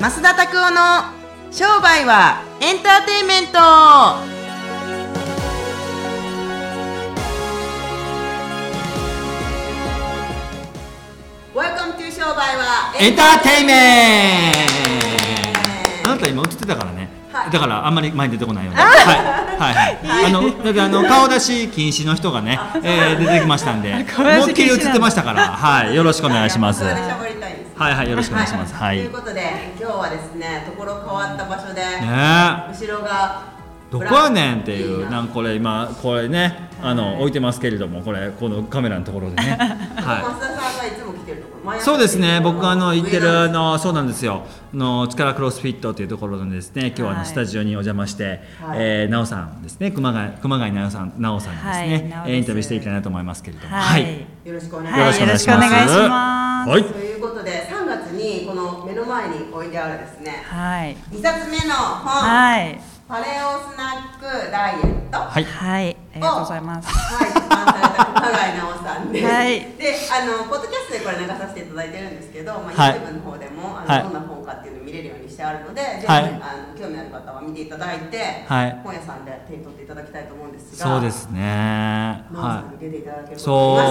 増田拓夫の商売はエンターテインメント商売はエンターテイメンントあなた今映ってたからね、はいだからあんまり前に出てこないよねはい はいはいあのだってあの顔出し禁止の人がね、えー、出てきましたんで 顔出し思いっきり映ってましたからはいよろしくお願いしますそれでは喋りたいですいはいよろしくお願いしますはいというねことで今日はですねところ変わった場所で、え後ろがどこやねんってブいうラなんかこれ今これねあの置いてますけれどもこれこのカメラのところでね はい増田さんがいつも来てるところ毎朝そうですね、僕があの上行ってるなんあですのそうなんですよ、あの力クロスフィットというところのですね、今日はあはのいスタジオにお邪魔して、はいえーなおさんですね、熊谷熊谷なおさんなおさんにですね、はいなえおですーインタビューしていきたいなと思いますけれども、はいよろしくお願いしはまいよろすしくお願いします。よろしくお願いしますはい、ということで3月にこの目の前に置いてあるですねはい2冊目の本、はいパレオスナックダイエット」はい、はいありがとうございますはい、出版された熊谷直さんで、はいで、あのポッドキャストでこれ流させていただいてるんですけど、まあ、はい YouTube の方でもあの、はいどんな本かっていうの見れるようにしてあるので、ぜひはいあの興味ある方は見ていただいて、はい本屋さんで手に取っていただきたいと思うんですが、そうですね、直さはんい。に出ていただけることになり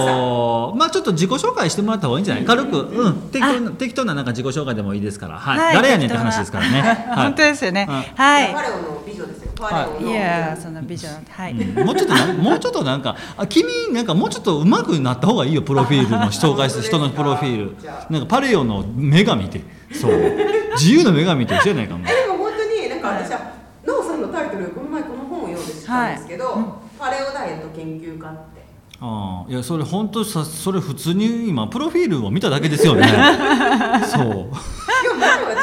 ました。そう、まあちょっと自己紹介してもらった方がいいんじゃない？軽く、うん、適当な適当ななんか自己紹介でもいいですから、はい、誰やねんって話ですからね。はい本当ですよねはいはいパレオの美女ですよ。パレオの。いやーそのビジョンはい、うんも うちょっとなもうちょっとなんかあ君なんかもうちょっと上手くなった方がいいよプロフィール の紹介する人のプロフィーじゃあルなんかパレオの女神ってそう 自由の女神と一緒じゃないかもえでも本当になんか私は、ノウさんのタイトルこの前この本を読んで知ったんですけど、パレオダイエット研究家 って。ああいやそれ本当さそれ普通に今プロフィールを見ただけです よね今日前はそう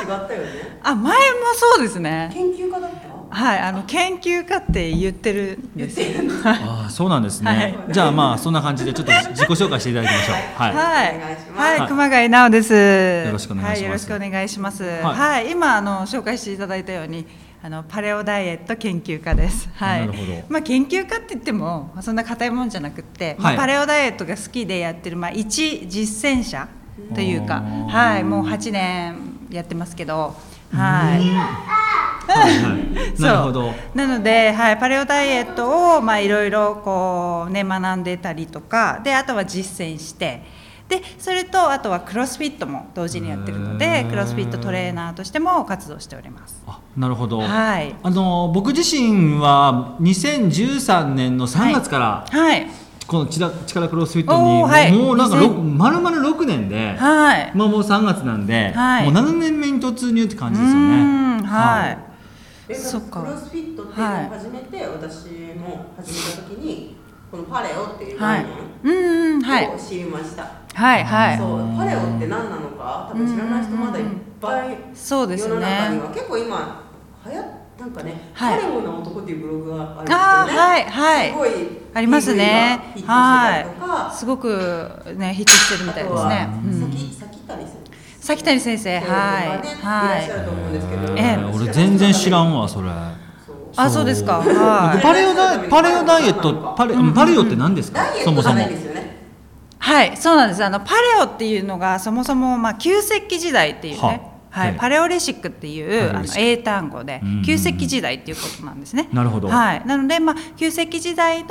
違ったよ ね。あ前もそうですね研究家だった？はいあの研究家って言ってるん言でっすて るんです。ああそうなんですね、じゃあまあそんな感じでちょっと自己紹介していただきましょうはい、はいお願いし、ますはいはい熊谷奈緒です。ろしくお願いしますはい、よろしくお願いします。はいはい、今あの紹介していただいたように。あのパレオダイエット研究家です。はい。なるほどまあ研究家って言ってもまあそんな硬いもんじゃなくって、まあはいパレオダイエットが好きでやってるまあ一実践者というか、うんはい、もう8年やってますけど、ははい。いはいなるほど そうなので、はい、パレオダイエットをまあいろいろこうね学んでたりとかであとは実践してでそれとあとはクロスフィットも同時にやってるのへでークロスフィットトレーナーとしても活動しております。あなるほど、はいあの僕自身は2013年の3月から、はいこのちら力クロスフィットに、おーはいもうなんか2000ろく丸々6年で、はいまあもう3月なんで、はいもう7年目に突入って感うじですよね。んはい、でそっかクロスフィットっていうのを始めて、私も始めた時にこのパレオっていうは概いうんうんはい念を知りました、はいはいそうパレオって何なのか多分知らない人まだいっぱいそうです世の中にねは結構今流行っなんかね、はいパレオな男っていうブログがあるんですよねあーはいはいすごいありますね PV がヒットしてたりとか、はいすごくねヒットしてるみたいですねあとは、うん先先谷先生先谷先生はいいはいいらっしゃると思うんですけど、ええ俺全然知らんんわそれ。あそうですかそうはい僕パレオダイパレオダイエットパレパレオって何ですかダイエッそトもじそゃもない。ですよねはい、そうなんです。あのパレオっていうのがそもそもまあ旧石器時代っていうはね。はええい、パレオレシックっていパレうオあレのシック英単語でうんうんうん旧石器時代っていうことなんですね。なるほどはい、なのでまあ旧石器時代の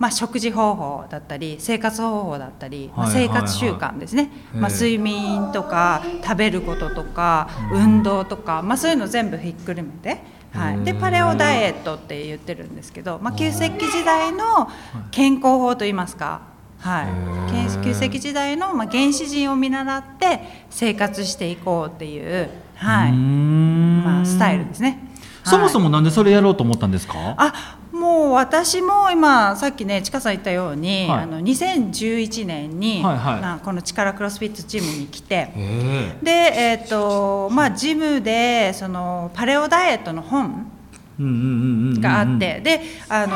まあ食事方法だったり生活方法だったり、まあはいはい生はい活習慣ですね。ええまあ睡眠とか食べることとか運動とかまあそういうの全部ひっくるめて。はへい、でえパレオダイエットって言ってるんですけど、まあ、旧石器時代の健康法といいますか、はいへけーん、旧石器時代の、まあ、原始人を見習って生活していこうっていう、はうーいんまあ、スタイルですね。そもそももなんでそれやろうと思ったんですか。あもう私も今さっきねちかさん言ったように、はいあの2011年に、はいはいまあこの力クロスフィットチームに来て、へえでえっ、とまあジムでそのパレオダイエットの本うんうんうんうんうんうんがあって、。であ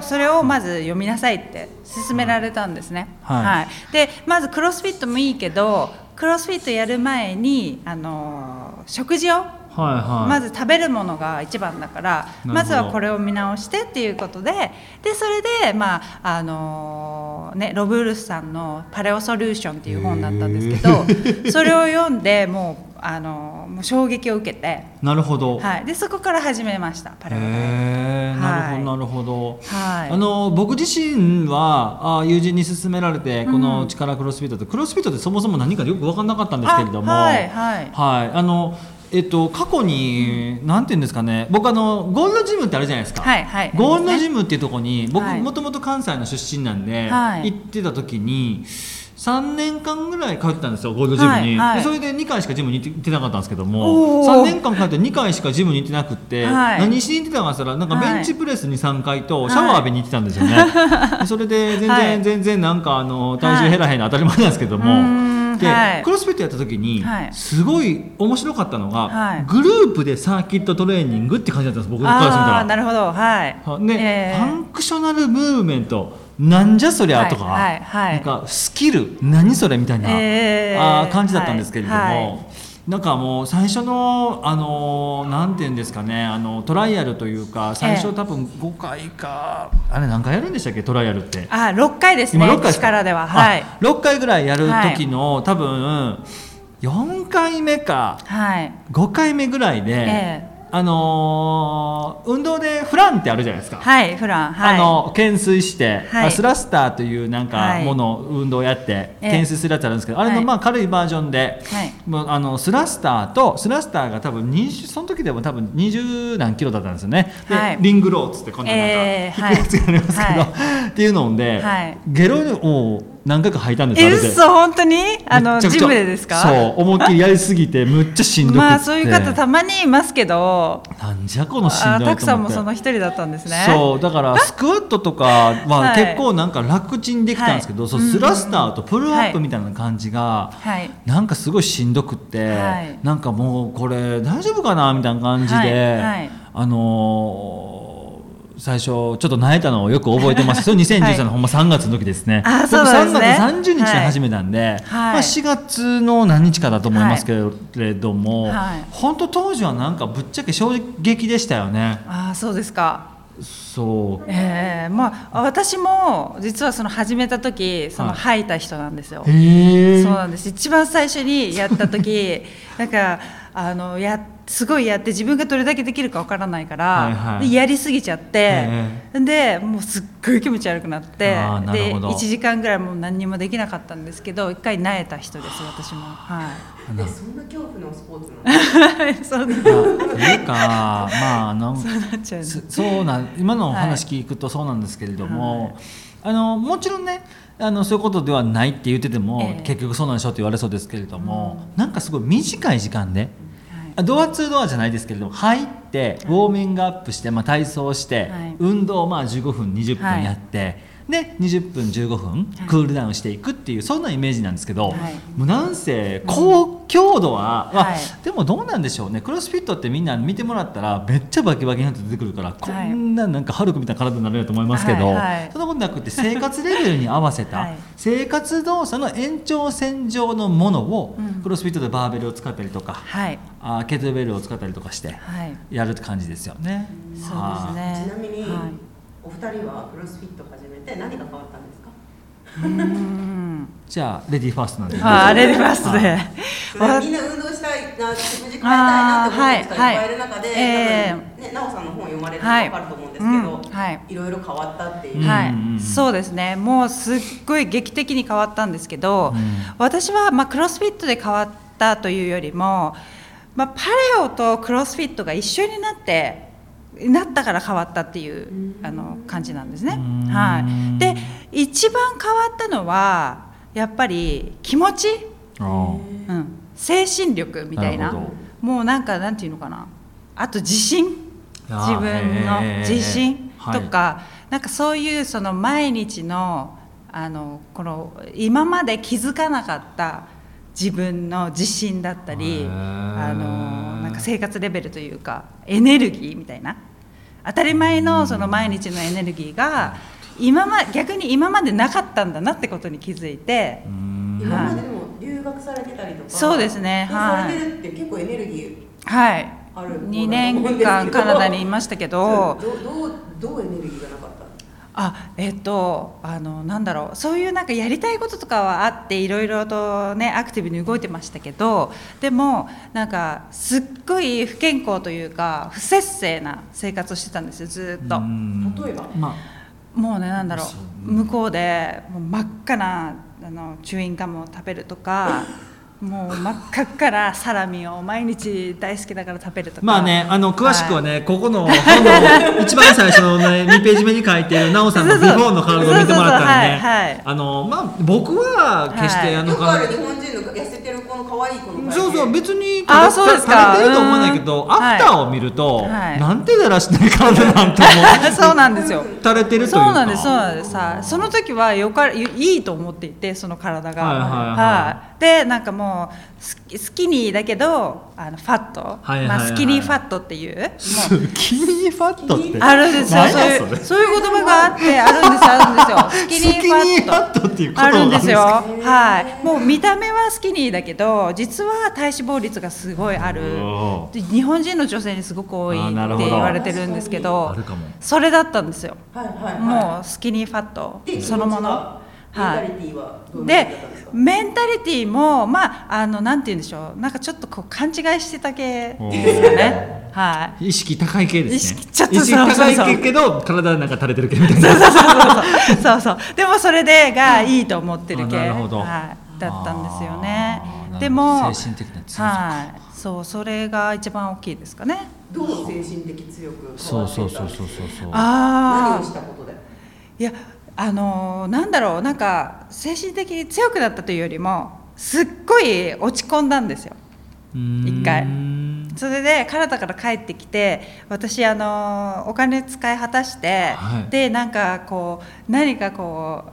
のそれをまず読みなさいって勧められたんですね。はいでまずクロスフィットもいいけどクロスフィットやる前にあの食事をはいはい。まず食べるものが一番だからほどまずはこれを見直してっていうことででそれで、まああのね、ロブールスさんの「パレオソリューション」っていう本だったんですけどそれを読んでもうあのもう衝撃を受けて、なるほど。はい、でそこから始めましたパレオダイエッへえなるほどなるはほど。ト。はいあの僕自身はあ友人に勧められてこうのん力クロスフィットって、クロスフィットってそもそも何かよく分かんなかったんですけれども、あはいはいはいあのえっと過去に、なんていうんですかね僕あのゴールドジムってあるじゃないですか、はいはいゴールドジムっていうところに僕はいもともと関西の出身なんで、はい行ってた時に3年間ぐらい通ってたんですよゴールドジムに、はいはいでそれで2回しかジムに行ってなかったんですけどおもー3年間通って2回しかジムに行ってなくって、はい何しに行ってたかしたらなんかはいベンチプレス23回とシャワー浴びに行ってたんですよね、でそれで全然、はい全然なんかあの体重減らへんの当たり前なんですけども、うーんで、はいクロスフィットやった時にはいすごい面白かったのが、はいグループでサーキットトレーニングって感じだったんです僕からしてみたあらあー。なるほどはいはね、えーファンクショナルムーブメントなんじゃそりゃとか、はいはいはいなんかスキル何それみたいな、えーあー感じだったんですけれども、はいはいなんかもう最初の、あのーなんていうんですかねあのトライアルというか最え初え多分5回か、あれ何回やるんでしたっけトライアルって。あ六回ですね今6回すか力でははいあ6回ぐらいやる時の、多分4回目かはい5回目ぐらいで、えあのー運動でフランってあるじゃないですか。はいフランはいあの懸垂して、はいあスラスターというなんはかいもの、運動をやってええ懸垂するやつあるんですけどあれはのいまあ軽いバージョンで、はいもうあのスラスターとスラスターが多分20その時でも多分20何キロだったんですよね、ではいリングローっつってこんななんかええ引くやつがありますけど、はっていうので、はいゲロを何回か吐いたんですえあれで嘘本当にあのめちゃくちジゃムでですかそう思いっきりやりすぎてむっちゃしんどくって まあそういう方たまにいますけどなんじゃこのしんどいあと思ってたくさんもその一人だったんですねそうだからスクワットとか ははい結構なんか楽ちんできたんですけど、はいそううんうんうんスラスターとプルアップみたいな感じが、はいなんかすごいしんどくって、はいなんかもうこれ大丈夫かなみたいな感じで、はいはいあのー最初ちょっと泣いたのをよく覚えてますそれ2013はい年、ほんま3月の時ですねあそうなんですね僕3月30日に始めたんで、まあ、4月の何日かだと思いますけれども、はい本当当時はなんかぶっちゃけ衝撃でしたよね。ああそうですかそうええまあ私も実はその始めた時そのはい吐いた人なんですよ、へえそうなんです一番最初にやっ た時なんかあのやすごいやって自分がどれだけできるかわからないから、はいはいでやりすぎちゃって、えでもうすっごい気持ち悪くなってあーなるでほど1時間ぐらいもう何にもできなかったんですけど一回萎えた人です私も。はえそんな恐怖のスポーツなの い、そうないうかまあなんかっちゃうんですそそうなん今のお話聞くとそうなんですけれども、あのもちろんねあのそういうことではないって言ってても、ええ結局そうなんでしょうって言われそうですけれども、なんかすごい短い時間で、はいあドアツードアじゃないですけれども入ってウォーミングアップして、まあ、体操して、はい運動をまあ15分20は分いやって。で20分15分はいクールダウンしていくっていう、そんなイメージなんですけど、はいもうなんせ高強度は、まあはいでもどうなんでしょうねクロスフィットってみんな見てもらったらめっちゃバキバキになって出てくるからこんななんかハルクみたいな体になるやと思いますけど、はいはいそんなことなくて生活レベルに合わせた、 はい生活動作の延長線上のものを、うんクロスフィットでバーベルを使ったりとか、はいあーケトベルを使ったりとかして はいやるって感じですよね。そうですはいねちなみに、はいお二人はクロスフィット始めて何が変わったんですかうんじゃあレディーファーストなんで。ああレディファーストで。それわみんな運動したいな食事変えたいなって思う人がいっぱいいる中で、あーはいはい多分ね、なおさんの本読まれるとはい分かると思うんですうけど、んはいいろいろ変わったっていう、うんはうんい、そうですねもうすっごい劇的に変わったんですけど、うん私は、まあ、クロスフィットで変わったというよりも、まあ、パレオとクロスフィットが一緒になってなったから変わったっていううんあの感じなんですね。うんはい、で一番変わったのはやっぱり気持ち、あーうん、精神力みたいななるほもうなんかなんていうのかなあと自信。あ自ー分のへー自信はいとか、なんかそういうその毎日のあのこの今まで気づかなかった自分の自信だったへりーあのなんか生活レベルというかエネルギーみたいな当たり前のその毎日のエネルギーが今ま逆に今までなかったんだなってことに気づいてうー。ん今まででも留学されてたりとか、そうですねさはいれてるって結構エネルギーはいある2年間カナダにいましたけどどどうどうエネルギーがなかったあえっ、ー、とあのなんだろうそういうなんかやりたいこととかはあっていろいろとねアクティブに動いてましたけどでもなんかすっごい不健康というか不節制な生活をしてたんですよずっと。例えば、まあ、もうねなんだろう向こうでもう真っ赤なあのチューインガムを食べる とか。もう真っ赤からサラミを毎日大好きだから食べるとかまあねあの詳しくはね、はい、ここの本の一番最初の、 ね、2ページ目に書いてる奈緒さんのビフォーの体を見てもらったらね、はい、あのまあ僕は決して、はい、あのよくある日本人の痩せてる子の可愛い子のそうそう別にあそうですか食べてると思わないけど、うん、アフターを見ると、なんてだらしない体なんて 思う そうなんですよ垂れてるというそうなんですそうなんですさその時はよかいいと思っていてその体がはいはいはい、でなんかもうスキニーだけどあのファット、はいはいはい、まあ、スキニーファットっていう スキニーファットって、あるんですよそういうそういう言葉があってあるんですあるんですよスキニーファットっていうあるんですよはいもう見た目はスキニーだけど実は体脂肪率がすごいある日本人の女性にすごく多いって言われてるんですけどそれだったんですよ、はいはいはい、もうスキニーファットそのもの。はい、でメンタリティもまああのなんて言うんでしょうなんかちょっとこう勘違いしてた系ですよね。はい意識高い系ですね。ちょっと意識高いけど体なんか垂れてる系みたいな。そうそうそうそうでもそれでがいいと思ってる系、うん、はい、だったんですよね。でも精神的なはい、そうそれが一番大きいですかね。どう精神的強くそうそうそうそうそうそう。ああ。何をしたことで。いや。あのなんだろうなんか精神的に強くなったというよりもすっごい落ち込んだんですよ一回それでカナダから帰ってきて私あのお金使い果たして、はい、でなんかこう何かこ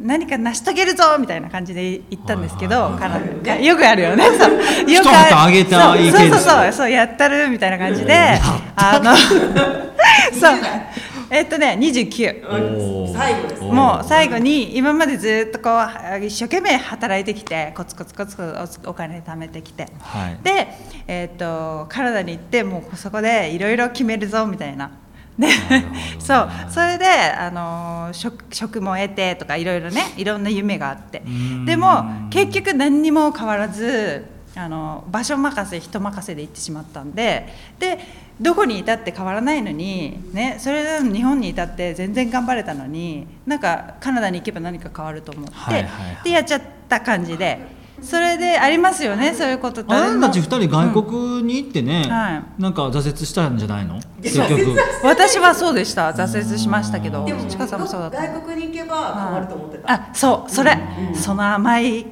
う何か成し遂げるぞみたいな感じで言ったんですけど、はいはいはい、よくあるよね、そうよくあるそうそうそうそうやったるみたいな感じで、あのそうえっとね、 29最後ですもう最後に今までずっとこう一生懸命働いてきてコツコツコツコツお金貯めてきて、はい、で、えー、っとカナダに行ってもうそこでいろいろ決めるぞみたいな。で、ね、そうそれで、あの職職も得てとかいろいろねいろんな夢があってでも結局何にも変わらずあの場所任せ人任せで行ってしまったんででどこにいたって変わらないのに、ね、それでも日本にいたって全然頑張れたのになんかカナダに行けば何か変わると思って、はいはいはい、でやっちゃった感じで。それでありますよね、そういうことあなたち二人外国に行ってね、うんはい、なんか挫折したんじゃないの 結局私はそうでした挫折しましたけどでも近さもそうだ外国に行けば変わると思ってた、あそうそれ、うん、その甘い考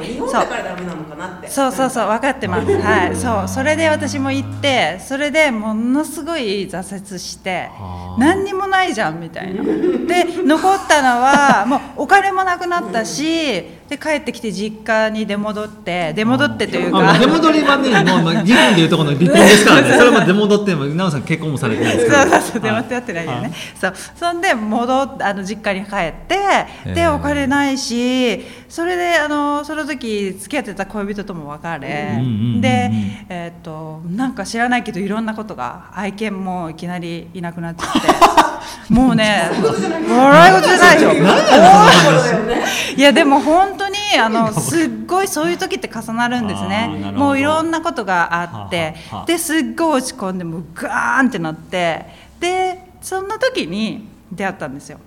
え日本だからダメなのかなってそうそうそう分かってますはいそうそれで私も行ってそれでものすごい挫折して何にもないじゃんみたいなで残ったの はもうお金もなくなったし、で帰ってきて実家に出戻って出戻ってというか出戻りはねもう日本でいうところの離婚ですからねそれも出戻っても奈緒さん結婚もされてないですからそうそうそう出戻ってないよねそうそんで戻あの実家に帰ってでお金ないしそれであのその時付き合ってた恋人とも別れ、うんうん、でえっ、ー、となんか知らないけどいろんなことが愛犬もいきなりいなくなっちゃって もうね笑い事じゃないでしょ いやでも本当本当にあのすっごいそういう時って重なるんですねもういろんなことがあってですっごい落ち込んでもうガーンってなってでそんな時に出会ったんですよ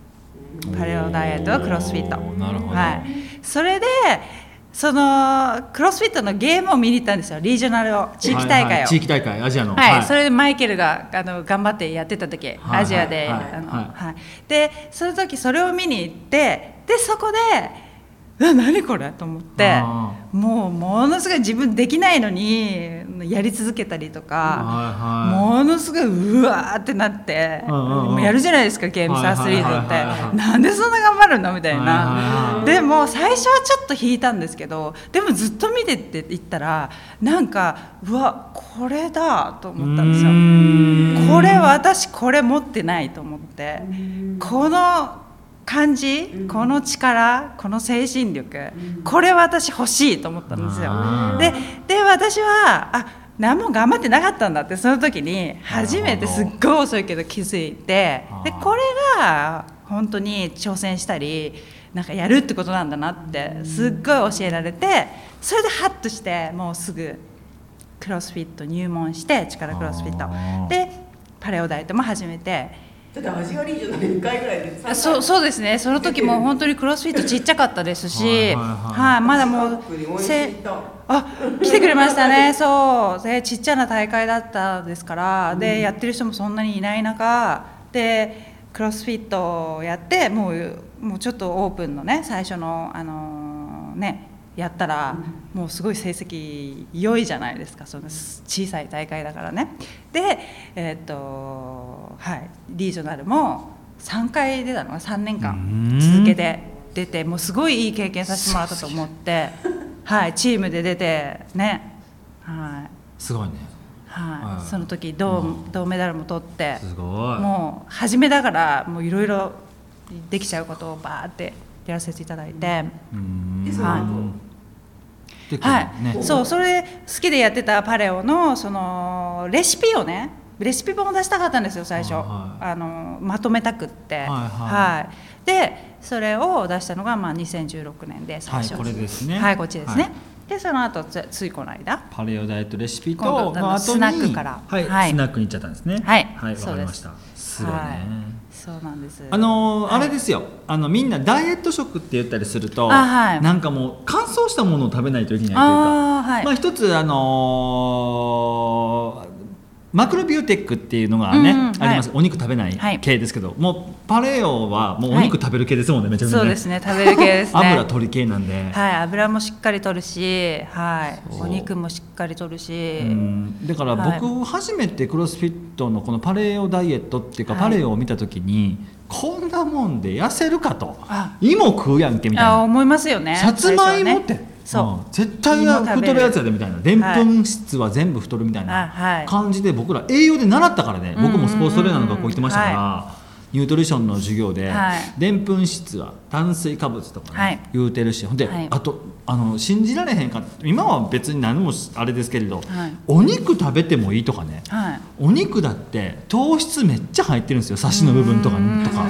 パレオダイエットはクロスフィット、はい、それでそのクロスフィットのゲームを見に行ったんですよリージョナルを地域大会を、はいはい、地域大会アジアの、、はい、はい、それでマイケルがあの頑張ってやってた時、はいはい、アジアで、はいあのはいでその時それを見に行ってでそこでえ何これと思ってもうものすごい自分できないのにやり続けたりとか、はいはい、ものすごいうわーってなって、うんうん、やるじゃないですかゲームサースリートって、はいはい、なんでそんな頑張るのみたいなでも最初はちょっと引いたんですけどでもずっと見てって言ったらなんかうわこれだと思ったんですよこれ私これ持ってないと思ってこの感じ、うん、この力この精神力、うん、これ私欲しいと思ったんですよ。でで私はあ何も頑張ってなかったんだってその時に初めてすっごい遅いけど気づいてでこれが本当に挑戦したりなんかやるってことなんだなってすっごい教えられてそれでハッとしてもうすぐクロスフィット入門して力クロスフィットでパレオダイエットも始めて。だって味がいいじゃない2回ぐらいでそうそうですねその時も本当にクロスフィットちっちゃかったですしはいまだもうあ来てくれましたねそうでちっちゃな大会だったですから、で、うん、やってる人もそんなにいない中でクロスフィットをやってもうもうちょっとオープンのね最初のあのー、ねやったら、うん、もうすごい成績良いじゃないですかその小さい大会だからね。で、えー、っとはい、リージョナルも3回出たのが3年間続けて出てもうすごいいい経験させてもらったと思って、はい、チームで出てね、はいすごいね。はい、その時銅,、うん、銅メダルも取ってすごいもう初めだからもういろいろできちゃうことをバーってやらせていただいて、はいはいね、そうそれ好きでやってたパレオのそのレシピをねレシピ本を出したかったんですよ最初、はい、あのまとめたくって、はい、はい、でそれを出したのがまあ2016年で最初、これですねはいこっちですね、でその後ついこの間パレオダイエットレシピとのスナックから、はいスナックに行っちゃったんですねはいわ、かりましたすごいね、そうなんです。あのーはい、あれですよ。あのみんなダイエット食って言ったりすると、はい、なんかもう乾燥したものを食べないといけないというか、あはい、まあ一つあのー、マクロビューテックっていうのがね、うんうん、あります、お肉食べない系ですけど、もうパレオはもうお肉食べる系ですもんね、めちゃめちゃ、ね、そうですね食べる系です、ね、油取り系なんではい油もしっかり取るし、はい、お肉もしっかり取るしだから僕初めてクロスフィットのこのパレオダイエットっていうか、パレオを見た時に、はい、こんなもんで痩せるかと芋食うやんけみたいな思いますよねさつまいもって、そう、絶対太るやつやでみたいなでんぷん質は全部太るみたいな感じで僕ら栄養で習ったからね僕もスポーツトレーナーの学校行ってましたからニュートリションの授業ででんぷん質は炭水化物とかね言うてるしほんであとあの信じられへんか今は別に何もあれですけれどお肉食べてもいいとかねお肉だって糖質めっちゃ入ってるんですよサシの部分とかとか。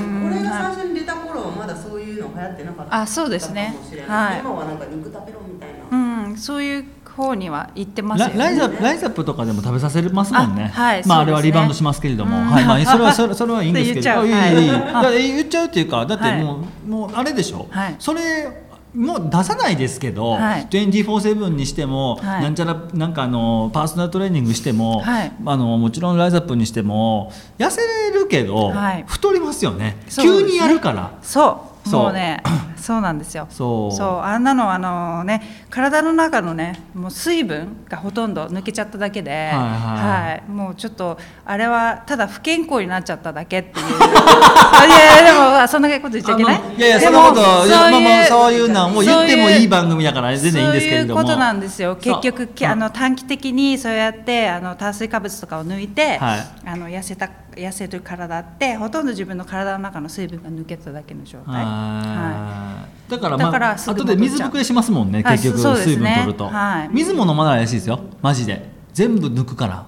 あそうですね、はい、今はなんか肉食べろみたいな、うん、そういう方には行ってますよねライザライザップとかでも食べさせますもんねはい、まあ、あれはリバウンドしますけれども、はいまあ、それはそれそれはいいんですけど言っいいいい言っちゃうっていうかだってもう,、もうあれでしょ、はい、それもう出さないですけど、はい、24/7にしても、はい、なんちゃらなんかあのパーソナルトレーニングしても、はい、あのもちろんライズアップにしても痩せるけど、はい、太りますよね、ね、急にやるからそうも うねそうなんですよそうあんなのあのね体の中のねもう水分がほとんど抜けちゃっただけで、はい、はいはい、もうちょっとあれはただ不健康になっちゃっただけっていう いやでもそんなこと言っちゃいけない、まあ、いやいやそんなことそういう,、まあ、そういうのを言ってもいい番組だから全然いいんですけれどもそういうことなんですよ結局あの短期的にそうやってあの炭水化物とかを抜いて、はい、あの痩せた痩せる体ってほとんど自分の体の中の水分が抜けただけの状態。はい、だからまあから後で水ぶくれしますもんね、結局水分取ると、水も飲まないらしいですよマジで全部抜くから、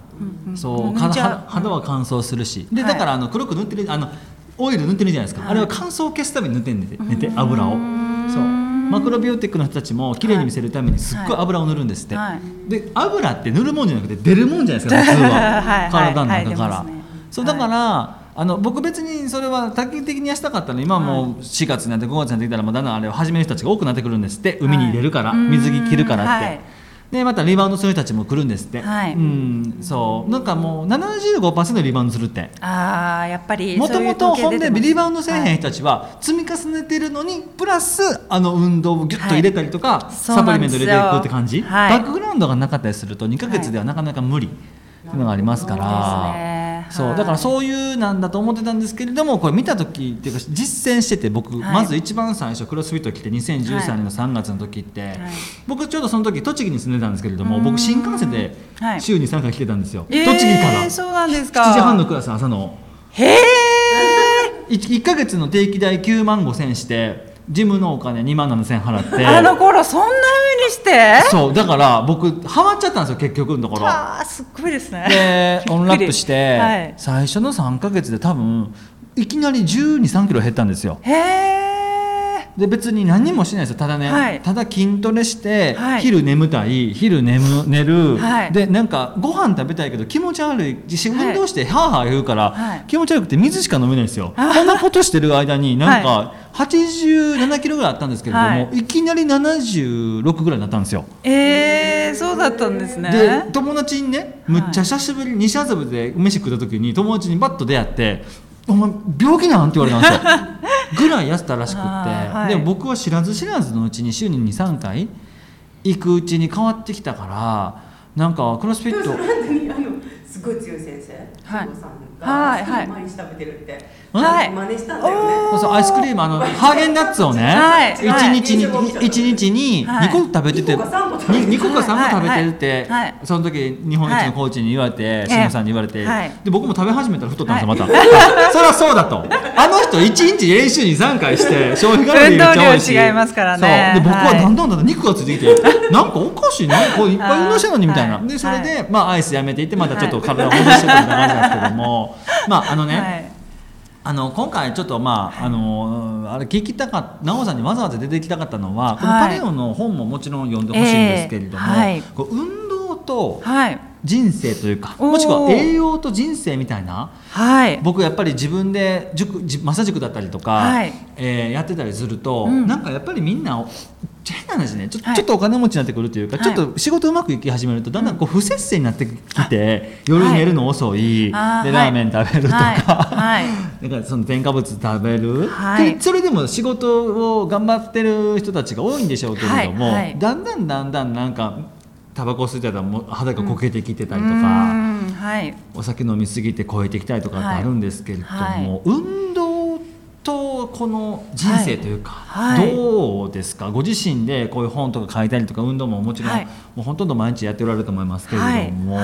そう肌は乾燥するし、でだからあの黒く塗ってるあのオイル塗ってるじゃないですか、あれは乾燥を消すために塗ってんで寝て油をそうマクロビオティックの人たちも綺麗に見せるためにすっごい油を塗るんですって、で油って塗るもんじゃなくて出るもんじゃないですか普通 は、体の中から、そうだから、あの僕別にそれは多岐的にやしたかったの今もう4月になって5月になってきたらもうだんだんあれを始める人たちが多くなってくるんですって海に入れるから、水着着るからって。でまたリバウンドする人たちも来るんですって、うんそうなんかもう75%リバウンドするってああやっぱりもともと本でリバウンドせえへん人たちは積み重ねてるのにプラスあの運動をギュッと入れたりとか、サプリメント入れていくって感じ、バックグラウンドがなかったりすると2か月ではなかなか無理っていうのがありますから。そうだからそういうなんだと思ってたんですけれどもこれ見た時っていうか実践してて僕、まず一番最初クロスフィット来て2013年の3月の時って、僕ちょうどその時栃木に住んでたんですけれども僕新幹線で週に3回来てたんですよ、栃木から、そうなんですか7時半のクラス朝のへえ 1, か月の定期代9万5千してジムのお金2万7千払ってあの頃そんなしてそうだから僕ハマっちゃったんですよ結局のところあすっごいです ねでオンラップして、はい、最初の3か月で多分いきなり1 2 3キロ減ったんですよへえで別に何もしないですよただね、はい、ただ筋トレして、はい、昼眠たい昼眠寝る、はい、でなんかご飯食べたいけど気持ち悪い自分同士でハーハー言うから、気持ち悪くて水しか飲めないんですよこんなことしてる間になんか87キロぐらいあったんですけれども、い、きなり76ぐらいになったんですよえー、そうだったんですねで友達にねむっちゃ久しぶりに西麻布で飯食った時に友達にバッと出会って「お前病気なん?」って言われたんですよぐらい痩せたらしくって、はい、でも僕は知らず知らずのうちに週に23回行くうちに変わってきたからなんかクロスフィットすごい強い先生、はい、さんが毎日食べてるって、はい、真似したんだよね、そうそうアイスクリームあのハーゲンダッツをね、はい、1日に一日に2個食べてて、はい、2, 個か3個食べてるって、その時日本一のコーチに言われて、慎吾さんに言われて、で僕も食べ始めたら太ったんですよまた、 そりゃそうだとあの人1日練習に3回して消費カロ リーめっちゃ多いし違いますからねそうで僕はだんだんだんだん肉がついてきて、 なんかおかしいなこういっぱい運動してるのにみたいな、でそれで、まあ、アイスやめていってまたちょっと体をほぐしてたみたいな話なんですけどもまああのね、はい、あの今回ちょっとまあ、はい、あのあれ聞きたかった奈緒さんにわざわざ出てきたかったのは、このパレオの本ももちろん読んでほしいんですけれども、はい、こう運動と人生というか、もしくは栄養と人生みたいな、僕やっぱり自分で塾マサ塾だったりとか、はい、えー、やってたりすると、うん、なんかやっぱりみんな変な話ねちょ,、ちょっとお金持ちになってくるというか、ちょっと仕事うまくいき始めるとだんだんこう不節制になってきて、夜寝るの遅い、でラーメン食べるとか,、 はいかその添加物食べる、それでも仕事を頑張ってる人たちが多いんでしょうけれども、だんだんだんだんなんか。タバコ吸ってたらも肌がこけてきてたりとか、お酒飲みすぎて超えてきたりとかってあるんですけれども、運動とこの人生というか、はいはい、どうですかご自身でこういう本とか書いたりとか運動ももちろん、はい、もうほとんど毎日やっておられると思いますけれども、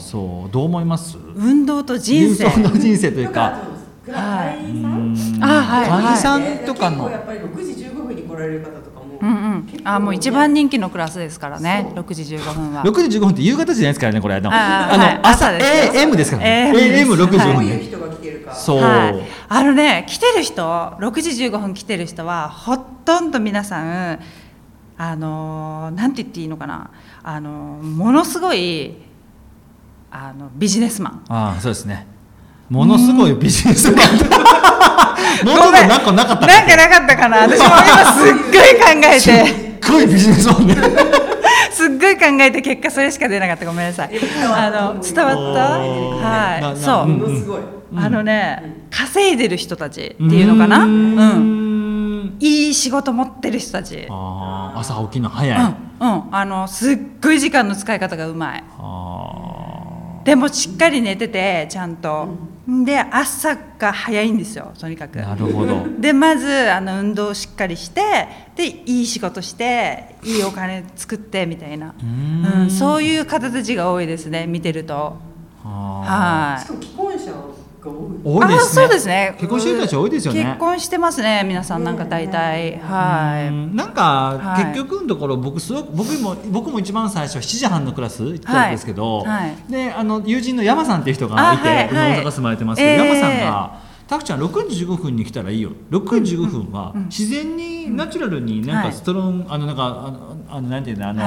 そうどう思います運動と人生の人生というか。 会員さん、会員さんとかのやっぱり6時15分に来られる方とかも、うんうん、あもう一番人気のクラスですからね6時15分は6時15分って夕方じゃないですからねこれあのあの朝です AM ですからね AM6 時15分、そう、はい、あのね来てる人6時15分来てる人はほとんど皆さんあのなんて言っていいのかなあのものすごいあのビジネスマ ンあそうですねものすごいビジネスマン もうちょっとなんかなかったなんかなかったかな私も今すっごい考えて すっごいビジネスマンねすっごい考えて結果それしか出なかったごめんなさいあの伝わったはいそうものすごいあのね、稼いでる人たちっていうのかな、うん、いい仕事持ってる人たち。、朝起きの早い、うんあのすっごい時間の使い方がうまい。でもしっかり寝ててちゃんと。で朝が早いんですよとにかくなるほどでまずあの運動をしっかりしてでいい仕事していいお金作ってみたいなうん、そういう方たちが多いですね見てるとはいしかも既婚者多いですね。そうですね。結婚してる人たち多いですよね。結婚してますね。皆さんなんか大体、はい。なんか、結局のところ僕すごく僕も僕も一番最初7時半のクラス行ったんですけど、であの友人の山さんっていう人がいて、はい大阪住まれてますけど、山さんが。たくちゃん6時15分に来たらいいよ6時15分は自然にナチュラルになんかストロン、あのなんかあのなんていうのあの、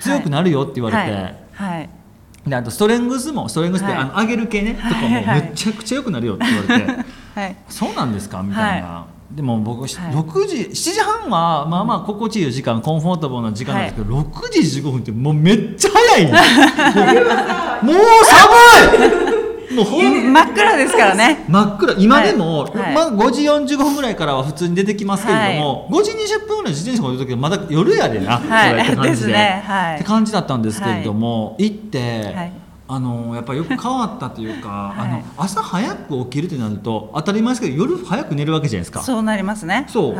強くなるよって言われて、はいであとストレングスもストレングスって、あの上げる系ね、とかもめちゃくちゃよくなるよって言われて、はい、そうなんですかみたいな、でも僕、は時7時半はまあまあ心地いい時間コンフォートボーな時間なんですけど、は6時15分ってもうめっちゃ早い もう寒いもう真っ暗ですからね真っ暗今でも、まあ、5時45分ぐらいからは普通に出てきますけれども、は5時20分ぐらい自転車が出る時はまだ夜やでな、はい、って感 じでって感じだったんですけれども、行って、あのやっぱよく変わったと いうか、あの朝早く起きるってなると当たり前ですけど夜早く寝るわけじゃないですかそうなりますねそう、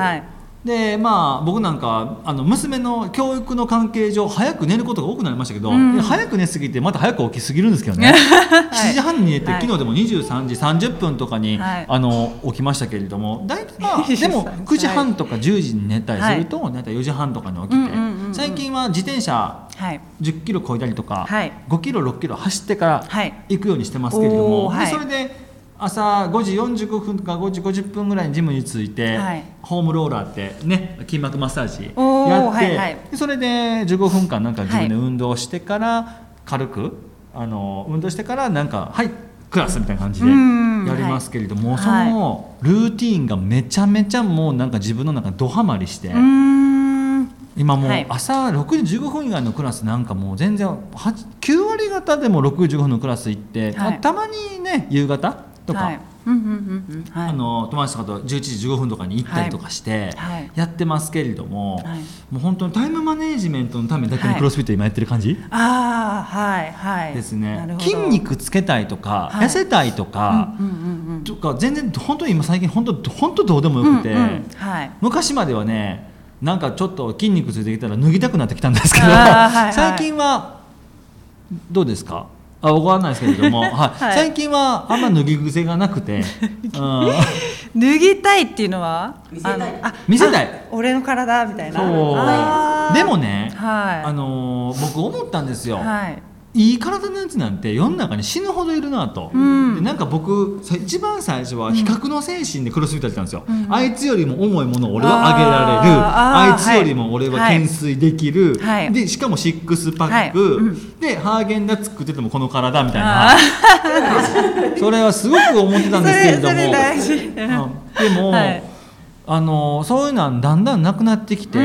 でまあ、僕なんかあの娘の教育の関係上早く寝ることが多くなりましたけど、うん、早く寝すぎてまた早く起きすぎるんですけ どね、7時半に寝て、はい、昨日でも23時30分とかに、はい、あの起きましたけれども大体、 まあ、でも9時半とか10時に寝たりすると、はい、大体4時半とかに起きて、最近は自転車10キロ超えたりとか、はい、5キロ6キロ走ってから行くようにしてますけれども、それで朝5時45分か5時50分ぐらいにジムに着いて、はい、ホームローラーってね筋膜マッサージやって、はいはい、それで15分間なんか自分で運動してから、軽くあの運動してからなんかはいクラスみたいな感じでやりますけれども、そのルーティンがめちゃめちゃもうなんか自分の中どはまりして。今もう朝6時15分以外のクラスなんかもう全然9割方でも6時15分のクラス行って、たまにね夕方とか、はいうんうんうんはい、あの友達とかと11時15分とかに行ったりとかしてやってますけれども、はいはい、もう本当にタイムマネジメントのためだけのクロスフィット今やってる感じ、ああはいはいですね筋肉つけたいとか、痩せたいとか、うんうんうん、とか全然本当に今最近本当本当どうでもよくて、うんうん、昔まではねなんかちょっと筋肉ついてきたら脱ぎたくなってきたんですけど、はいはい、最近はどうですかあ、わかんないですけれど も、はい、はい、最近はあんま脱ぎ癖がなく て。うん、脱ぎたいっていうのは。見せたい。あ見せたい。俺の体みたいな。でもね、はい、あのー、僕思ったんですよ。はい。いい体のやつなんて世の中に死ぬほどいるなと、うん、なんか僕一番最初は比較の精神でクロスフィットやってたんですよ、うん、あいつよりも重いものを俺はあげられるあいつよりも俺は懸垂できる、はい、でしかもシックスパック、はいうん、でハーゲンダッツ食っててもこの体みたいな それはすごく思ってたんですけれどもでも、はい、あのそういうのはだんだんなくなってきて、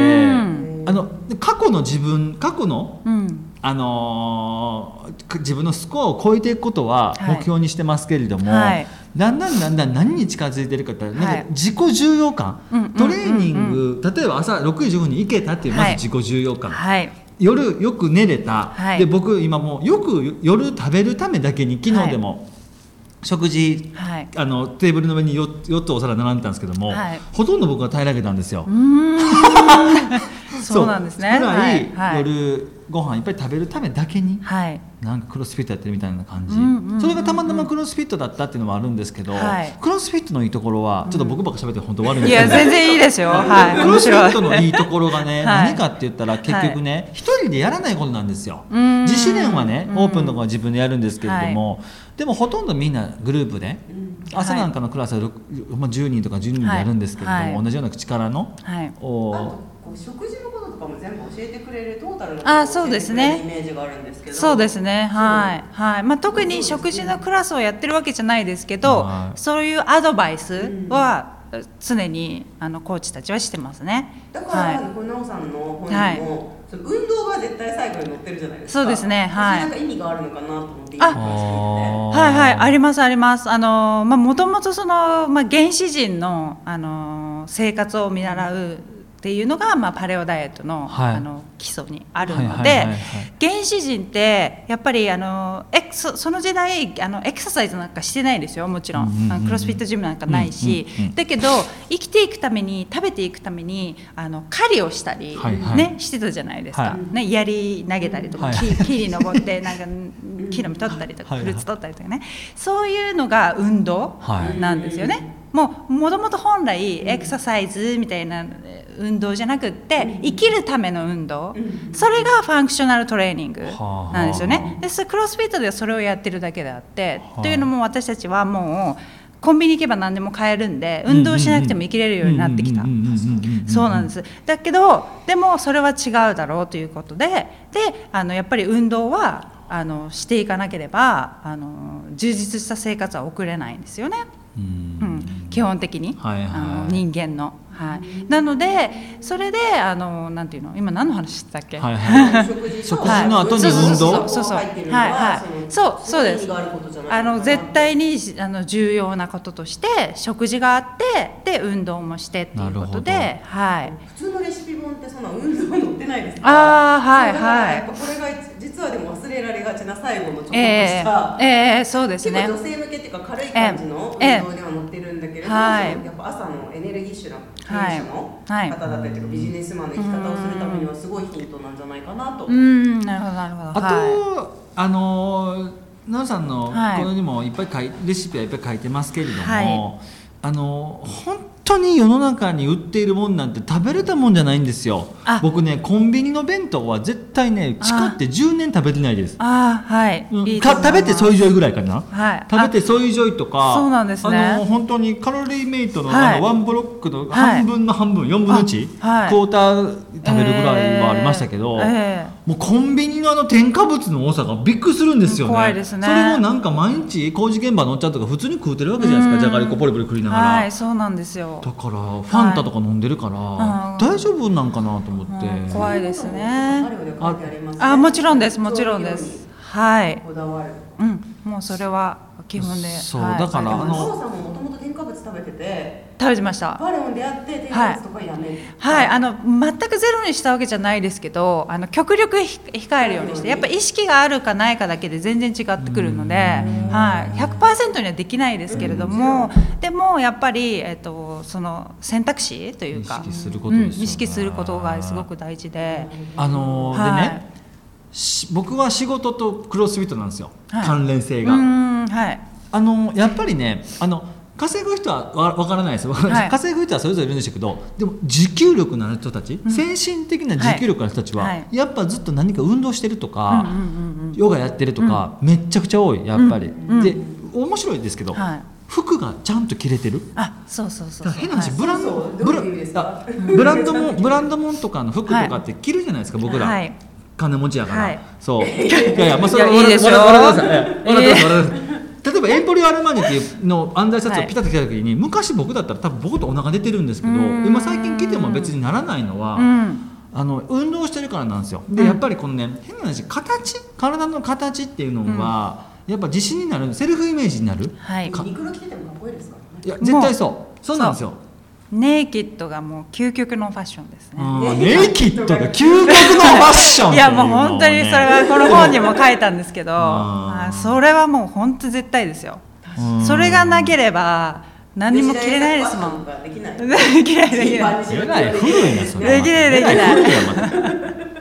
あの過去の自分過去の、あのー、自分のスコアを超えていくことは目標にしてますけれども、はいはい、だんだんだんだん何に近づいてるかってなんか自己重要感、はい、トレーニング、うんうんうん、例えば朝6時15分に行けたっていうまず自己重要感。夜よく寝れた、で僕今もうよく夜食べるためだけに昨日でも食事、はい、あのテーブルの上に 4, 4つお皿並んでたんですけども、はい、ほとんど僕は平らげたんですよ。 そうなんですね。ぐらい、はい、夜ご飯いっぱい食べるためだけに、はい、なんかクロスフィットやってるみたいな感じ、うんうんうんうん、それがたまたまクロスフィットだったっていうのもあるんですけど、はい、クロスフィットのいいところはちょっと僕ばっか喋って本当悪いんです、けど、いや全然いいですよ、 はいクロスフィットのいいところがね、何かって言ったら結局ね一、人でやらないことなんですよ、自主練はねオープンとかは自分でやるんですけれども、でもほとんどみんなグループで、朝なんかのクラスは、まあ、10人とか12人でやるんですけれども、同じような力の、はい、お食事のこととかも全部教えてくれるトータルのあそうですねイメージがあるんですけどそうですねはいはいまあ特に食事のクラスをやってるわけじゃないですけど、はい、そういうアドバイスは常にあのコーチたちはしてますね、だから、はい、このさんの本にも、はい、運動が絶対最後に載ってるじゃないですかそうですねはいなんか意味があるのかなと思っていい話聞いてはいはいありますありますあのまあもともとその、まあ、原始人のあの生活を見習うっていうのが、まあ、パレオダイエットの,はい、あの基礎にあるので、はいはいはいはい、原始人ってやっぱりあのエクその時代あのエクササイズなんかしてないですよもちろん,うんうんうん、クロスフィットジムなんかないし、うんうんうん、だけど生きていくために食べていくためにあの狩りをしたり、はいはい、ね、してたじゃないですか、はい、ね、槍投げたりとか、はい、木に登ってなんか木の実取ったりとか、フルーツ取ったりとかねそういうのが運動なんですよね。はいもうもともと本来エクササイズみたいな運動じゃなくって生きるための運動それがファンクショナルトレーニングなんですよねでクロスフィットではそれをやってるだけであってというのも私たちはもうコンビニ行けば何でも買えるんで運動しなくても生きれるようになってきたそうなんですだけどでもそれは違うだろうということでであのやっぱり運動はあのしていかなければあの充実した生活は送れないんですよね。うん、基本的に、はいはい、あの人間の、はい、なのでそれであのなんていうの今何の話してたっけ、はいはい、食事の後に運動そうそうはいはいそうそうですあの絶対にあの重要なこととして食事があってで運動もしてっていうことで、はい、普通のレシピ本ってそんな運動載ってないですああはいはいこれが実はでも忘れられがちな最後のちょっとした、えー、えー、そうですね女性向けっていうか軽い感じの運動では載ってるんだけれども、はい、やっぱ朝のエネルギッシュな経営者の方だったりとか、ビジネスマンの生き方をするためにはすごいヒントなんじゃないかなと。うんなるほどなるほど。あと、はい、あの奈さんのこのにもいっぱい書いレシピはいっぱい書いてますけれども、はい、あの本本当に世の中に売っているもんなんて食べれたもんじゃないんですよ僕ねコンビニの弁当は絶対ね地下って10年食べてないですああはい、うん、いいか食べてソイジョイぐらいかな、はい、食べてソイジョイとかそうなんですねあの本当にカロリーメイトの,、あのワンブロックの半分の半分、は4分の1、はい、クォーター食べるぐらいはありましたけど、えーえー、もうコンビニのあの添加物の多さがびっくりするんですよね怖いですねそれをなんか毎日工事現場のおっちゃんとか普通に食うてるわけじゃないですかじゃがりこポリポリ食いながら、はい、そうなんですよ、だからファンタとか飲んでるから、はい、大丈夫なんかなと思って、うん怖いですねああもちろんですもちろんですはいこだわるうんもうそれは基本でそう、、はいだからあのさんももともと添加物食べてて食べてましたバレオンでやって添加物とかやめ、はい、はい、あの全くゼロにしたわけじゃないですけどあの極力控えるようにしてやっぱ意識があるかないかだけで全然違ってくるので、はい、100%にはできないですけれどもでもやっぱり、えーと、とその選択肢というか意識すること、ねうん、意識することがすごく大事で。あのー、でね僕は仕事とクロスフィットなんですよ、はい、関連性が。はい、あのやっぱりねあの稼ぐ人はわ分からないです、はい、稼ぐ人はそれぞれいるんでしょうけどでも持久力のある人たち、うん、精神的な持久力の人たちは、はい、やっぱずっと何か運動してるとか、ヨガやってるとか、うん、めちゃくちゃ多いやっぱり。うん、で面白いですけど、服がちゃんと着れてるあそうそうそう変な話、ブランドブラブランドもブランドもんとかの服とかって着るじゃないですか、僕ら。金持ちやから、はい、 そういやいやまあそれは笑ってください笑ってください 例えばエンポリオ・アルマーニっていうのアンダーシャツをピタッと着た時に、昔僕だったら多分僕とお腹出てるんですけど今最近着ても別にならないのは、あの運動してるからなんですよでやっぱりこのね変な話形体の形っていうのは、やっぱ自信になるセルフイメージになる、はい、いや絶対そうそうなんですよネイキッドがもう究極のファッションですね。ネイキッドが究極のファッションいやもう本当にそれはこの本にも書いたんですけど、あそれはもう本当絶対ですよ。それがなければ何も着れないですもん。 できないできないできない。古いなそれ。。できないできない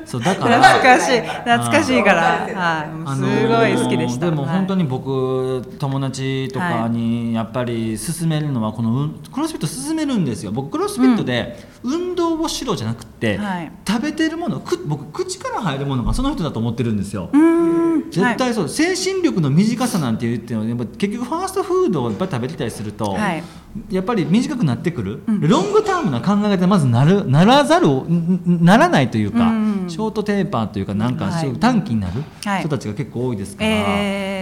そうだから懐かしい懐かしいからはいすごい好きでした、でも本当に僕友達とかにやっぱり勧めるのはこのクロスフィット勧めるんですよ僕クロスフィットで運動をしろじゃなくて、食べてるものく僕口から入るものがその人だと思ってるんですよ絶対そう、精神力の短さなんて言ってもやっぱ結局ファーストフードをやっぱり食べてたりすると、やっぱり短くなってくる、ロングタームな考え方まずなるならざるならないというか、ショートテーパーというかなんか短期になる人たちが結構多いですから、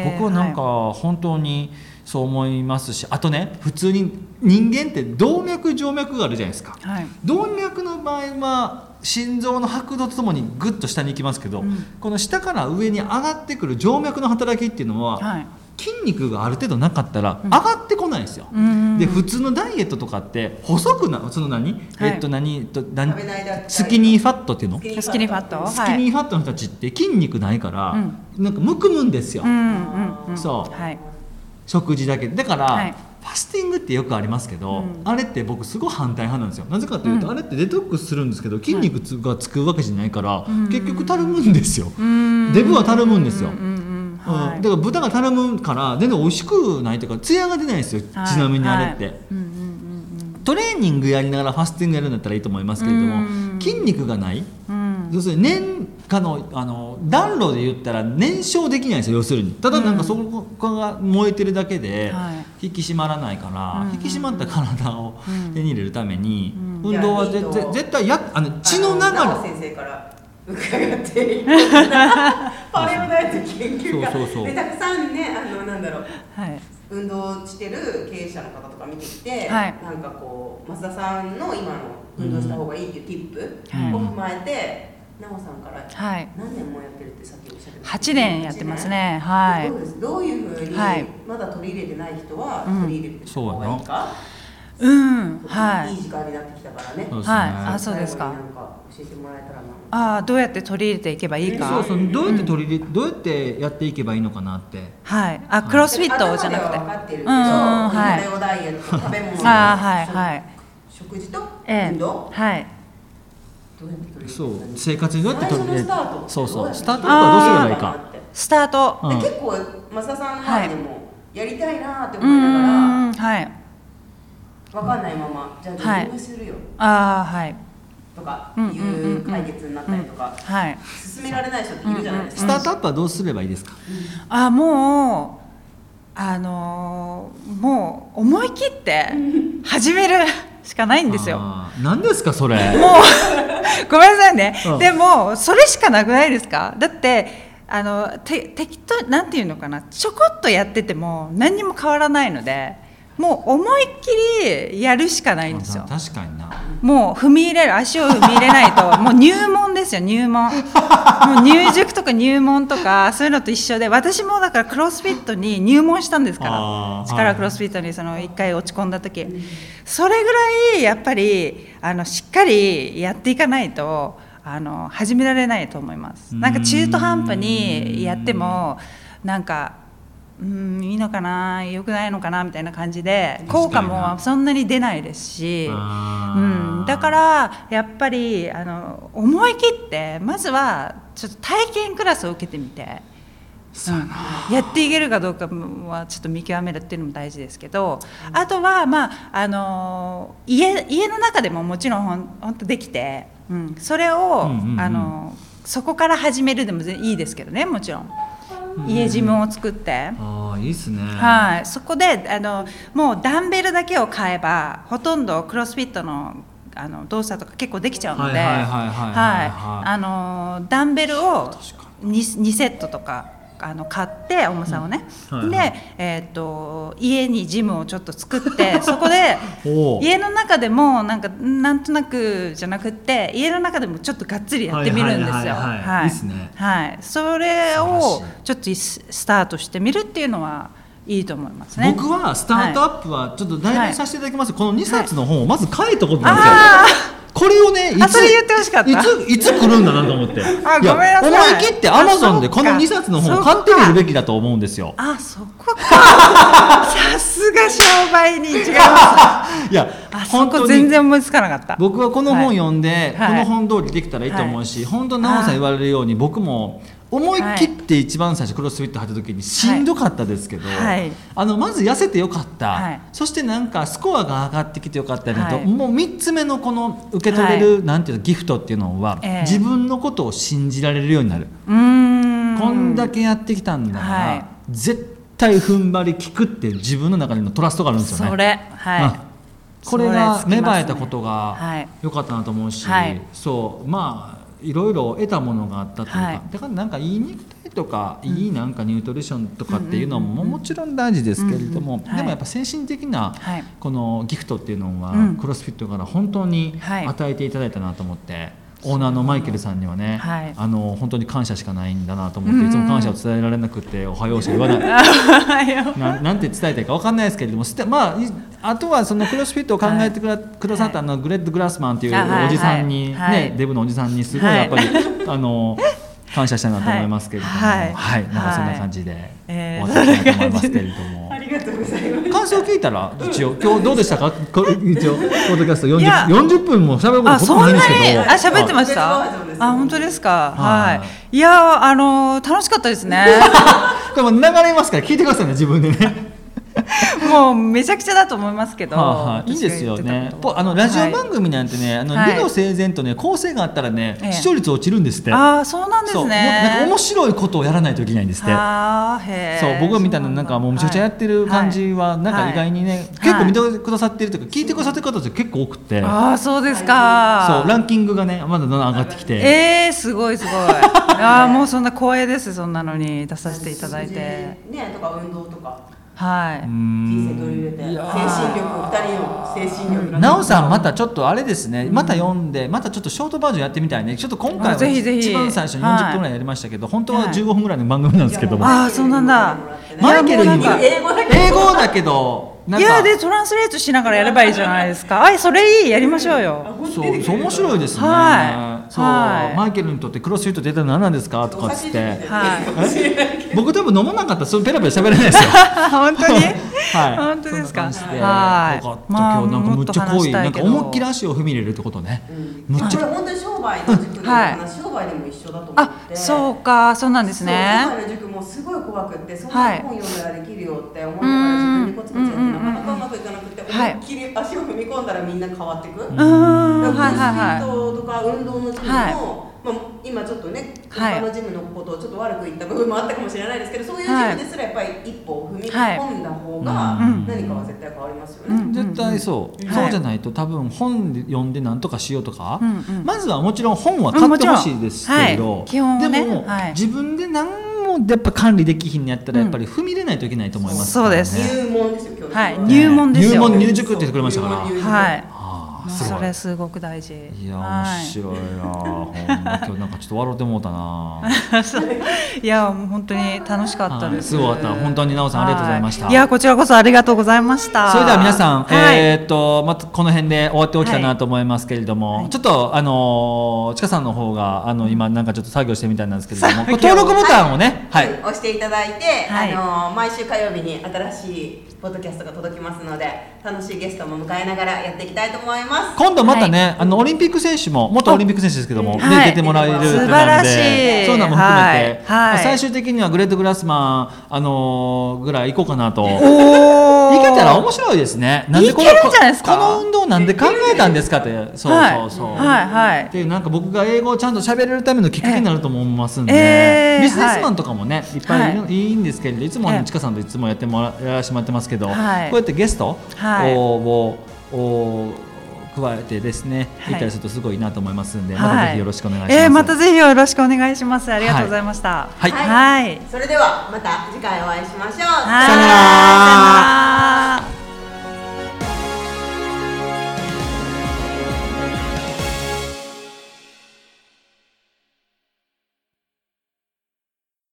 僕はなんか本当にそう思いますしあとね普通に人間って動脈静脈があるじゃないですか、動脈の場合は心臓の拍動とともにぐっと下に行きますけど、この下から上に上がってくる静脈の働きっていうのは、筋肉がある程度なかったら上がってこないんですよ、で普通のダイエットとかって細くなその何、えっと何と何スキニーファットっていうのスキニーファットスキニーファットの人たちって筋肉ないから、なんかむくむんですよ、そう、食事だけだから、ファスティングってよくありますけど、あれって僕すごい反対派なんですよなぜかというと、あれってデトックスするんですけど筋肉がつくわけじゃないから、結局たるむんですよ、デブはたるむんですよ、はい、だから豚がたるむから全然美味しくないというかツヤが出ないんですよ、はい、ちなみにあれって。トレーニングやりながらファスティングやるんだったらいいと思いますけれども筋肉がない、うん、要するに年間のあの暖炉で言ったら燃焼できないんですよ要するにただなんかそこが燃えてるだけで引き締まらないから、うん、引き締まった体を手に入れるために、うん、運動は絶対絶対やあの血の流れ。伺ってい ろんなパレオダイエット研究がでたくさんねあのなんだろう、はい、運動してる経営者の方とか見てきて、はい、なんかこう増田さんの今の運動した方がいいっていうティップを踏まえて。奈緒、うん、さんから何年もやってるってさっきおっしゃってま8年やってますねはいどういうふうにまだ取り入れてない人は取り入れてた方がいいか、うん。うん、はいいい時間になってきたからね。はい、あ、そうですか。教えてもらえたらあ、どうやって取り入れていけばいいか。そうそう、どうやって取り入れ、どうやってやっていけばいいのかなって。はい。あ、クロスフィットじゃなくて。うん、はい。食べ物。 あ、はい、はい。食事と運動。はい。そう生活にどうやって取り入れそうそうスタートはどうすればいいかスタート、結構増田さんのでもやりたいなって思いながら、はい、分かんないままじゃあ自分でするよ、ああはいとかいう解決になったりとか、はい、進められない人っているじゃないですか、スタートアップはどうすればいいですか、うん、あもうあのー、もう思い切って始めるしかないんですよ。何ですかそれ。もう ごめんなさいね。うん、でもそれしかなくないですか。だってあのて適当なんていうのかなちょこっとやってても何にも変わらないので。もう思いっきりやるしかないんですよ。確かにな。もう踏み入れる足を踏み入れないと もう入門ですよ入門。もう入塾とか入門とかそういうのと一緒で私もだからクロスフィットに入門したんですから力クロスフィットにその一回落ち込んだ時、はい、それぐらいやっぱりあのしっかりやっていかないとあの始められないと思います。なんか中途半端にやってもなんか。うん、いいのかな良くないのかなみたいな感じで効果もそんなに出ないですし、うん、だからやっぱりあの思い切ってまずはちょっと体験クラスを受けてみて。うん、やっていけるかどうかはちょっと見極めるっていうのも大事ですけど、うん、あとは、まああの家家の中でももちろんほんほんとできて、うん、それを、あのそこから始めるでもいいですけどねもちろん。家ジムを作って、うん、ああいいですねはいそこであのもうダンベルだけを買えばほとんどクロスフィットのあの動作とか結構できちゃうのでダンベルを 2, 2セットとかあの買って重さをね、うんはいはい、で、えーと、と家にジムをちょっと作ってそこ で家の中でもなんかなんとなくじゃなくて家の中でもちょっとがっつりやってみるんですよ。はい、それをちょっとスタートしてみるっていうのはいいと思いますね。僕はスタートアップはちょっと代弁させていただきます、はい、この2冊の本をまず書いたことなんですよ。これをね、いつ、言ってほしかったいつ、いつ来るんだなと思って。あ、ごめんなさい。思い切ってアマゾンでこの2冊の本を買ってみるべきだと思うんですよ。あ、そ こか。さすが商売人違います。いや、本当全然思いつかなかった。僕はこの本読んで、この本通りできたらいいと思うし、本当奈緒さん言われるように僕も。思い切って一番最初クロスフィット入った時にしんどかったですけど、あのまず痩せてよかった、そしてなんかスコアが上がってきてよかったりと、もう3つ目のこの受け取れる、なんていうギフトっていうのは、自分のことを信じられるようになるこんだけやってきたんだから、絶対踏ん張り効くって自分の中でのトラストがあるんですよね。それはいこれが芽生えたことが良かったなと思うし、そうまあいろいろ得たものがあったというか、はい、だからなんかいい肉体とか、うん、いいなんかニュートリションとかっていうのももちろん大事ですけれども、でもやっぱ精神的なこのギフトっていうのは、クロスフィットから本当に与えていただいたなと思って。オーナーのマイケルさんにはね、はい、あの本当に感謝しかないんだなと思って、うん、いつも感謝を伝えられなくて「おはよう」しか言わない ななんて伝えたいか分かんないですけれどもまあ、あとはそのクロスフィットを考えてくださったの、はい、グレッド・グラスマンっていうおじさんに、はい、ね、デブのおじさんにすごいやっぱり、あの感謝したいなと思いますけれども、はいなんかそんな感じで終わっていきたいと思いますけれども。ありがとうございます。 感想を聞いたら、一応、今日どうでしたか、これ、一応、ポッドキャスト四十、四十分も喋ることほとんどないんですけど。あ、喋ってました。あ、本当ですか。はい。いや、あの、楽しかったですね。 これも流れますから、聞いてくださいね、自分でね。もうめちゃくちゃだと思いますけど、い、いんですよねあのラジオ番組なんてね、あの理路整然とね構成があったらね、視聴率落ちるんですってあそうなんですねなんか面白いことをやらないといけないんですってそう僕みたいななんかもうめちゃくちゃやってる感じは、なんか意外にね、結構見てくださってるとか聞いてくださってる方って結構多くてあそうですかそうランキングがねまだだんだん上がってきてえー、す ごいすごいあもうそんな光栄ですそんなのに出させていただいてねとか運動とかはい。人生取り入れて、精神力二人の精神力。なおさんまたちょっとあれですね、また読んで、またちょっとショートバージョンやってみたいね。ちょっと今回は一番最初に40分ぐらいやりましたけど、本当は15分ぐらいの番組なんですけども。ああ、そうなんだ。マイケルには英語だけど。いやでトランスレートしながらやればいいじゃないですか。あ、それいいやりましょうよ。そうそう面白いですね。はい。そう、マイケルにとってクロスフィット出たのは何なんですかとか っつって。はい。僕多分飲まなかったらそのペラペラ喋れないですよ。本当にはい、本当ですかはいよかった、まあ、今日なんかむっちゃ濃いなんか思いっきり足を踏み入れるってことね、うん、むっちゃこれ本当に商売の塾の話、商売でも一緒だと思ってあそうかそうなんですね商売の塾もすごい怖くってそんな本読んだらできるよって思ったから自分でコツコツやってなかなかうまくいかなくて思いっきり足を踏み込んだらみんな変わっていく、うん、だからスピートとか運動の塾も、はいまあ、今ちょっとね他のジムのことをちょっと悪く言った部分もあったかもしれないですけど、そういうジムですらやっぱり一歩踏み込んだ方が何かは絶対変わりますよね、うんうん、絶対そう、そうじゃないと多分本読んで何とかしようとか、うんうん、まずはもちろん本は買ってほしいですけど、はいね、でも、はい、自分で何もやっぱ管理できひんのやったらやっぱり踏み入れないといけないと思います、ね、そうです入門ですよ今日はい、入門です入門入塾って言ってくれましたからはいそれすごく大事いや、面白いな、はい、今日なんかちょっと笑ってもうたな いやもう本当に楽しかったです、はい、すごかった本当に奈緒さん、はい、ありがとうございましたいやこちらこそありがとうございましたそれでは皆さん、えー、っとまたこの辺で終わっておきたいなと思いますけれども、ちょっとあのちかさんの方があの今なんかちょっと作業してみたいなんですけれども登録ボタンをね、はい押していただいて、あの毎週火曜日に新しいポッドキャストが届きますので楽しいゲストも迎えながらやっていきたいと思います今度またね、はい、あのオリンピック選手も元オリンピック選手ですけども、ね、はい、出てもらえるって素晴らしいそういうのも含めて、はい、まあ、最終的にはグレートグラスマン、あのー、ぐらい行こうかなといけたら面白いですねなんでこのこの運動なんで考えたんですかってそうそうそう、はいはいっていうなんか僕が英語をちゃんと喋れるためのきっかけになると思いますんで、えー、ビジネスマンとかもねいっぱいい,、い、いんですけれどいつもちかさんといつもやってもらやらせてもらってますけど、こうやってゲストを、をを加えてですね、はい、ったりするとすごいなと思いますんで、またぜひよろしくお願いします。はい、えー、またぜひよろしくお願いします。ありがとうございました。。はい。はいはい、それではまた次回お会いしましょう。さよなら。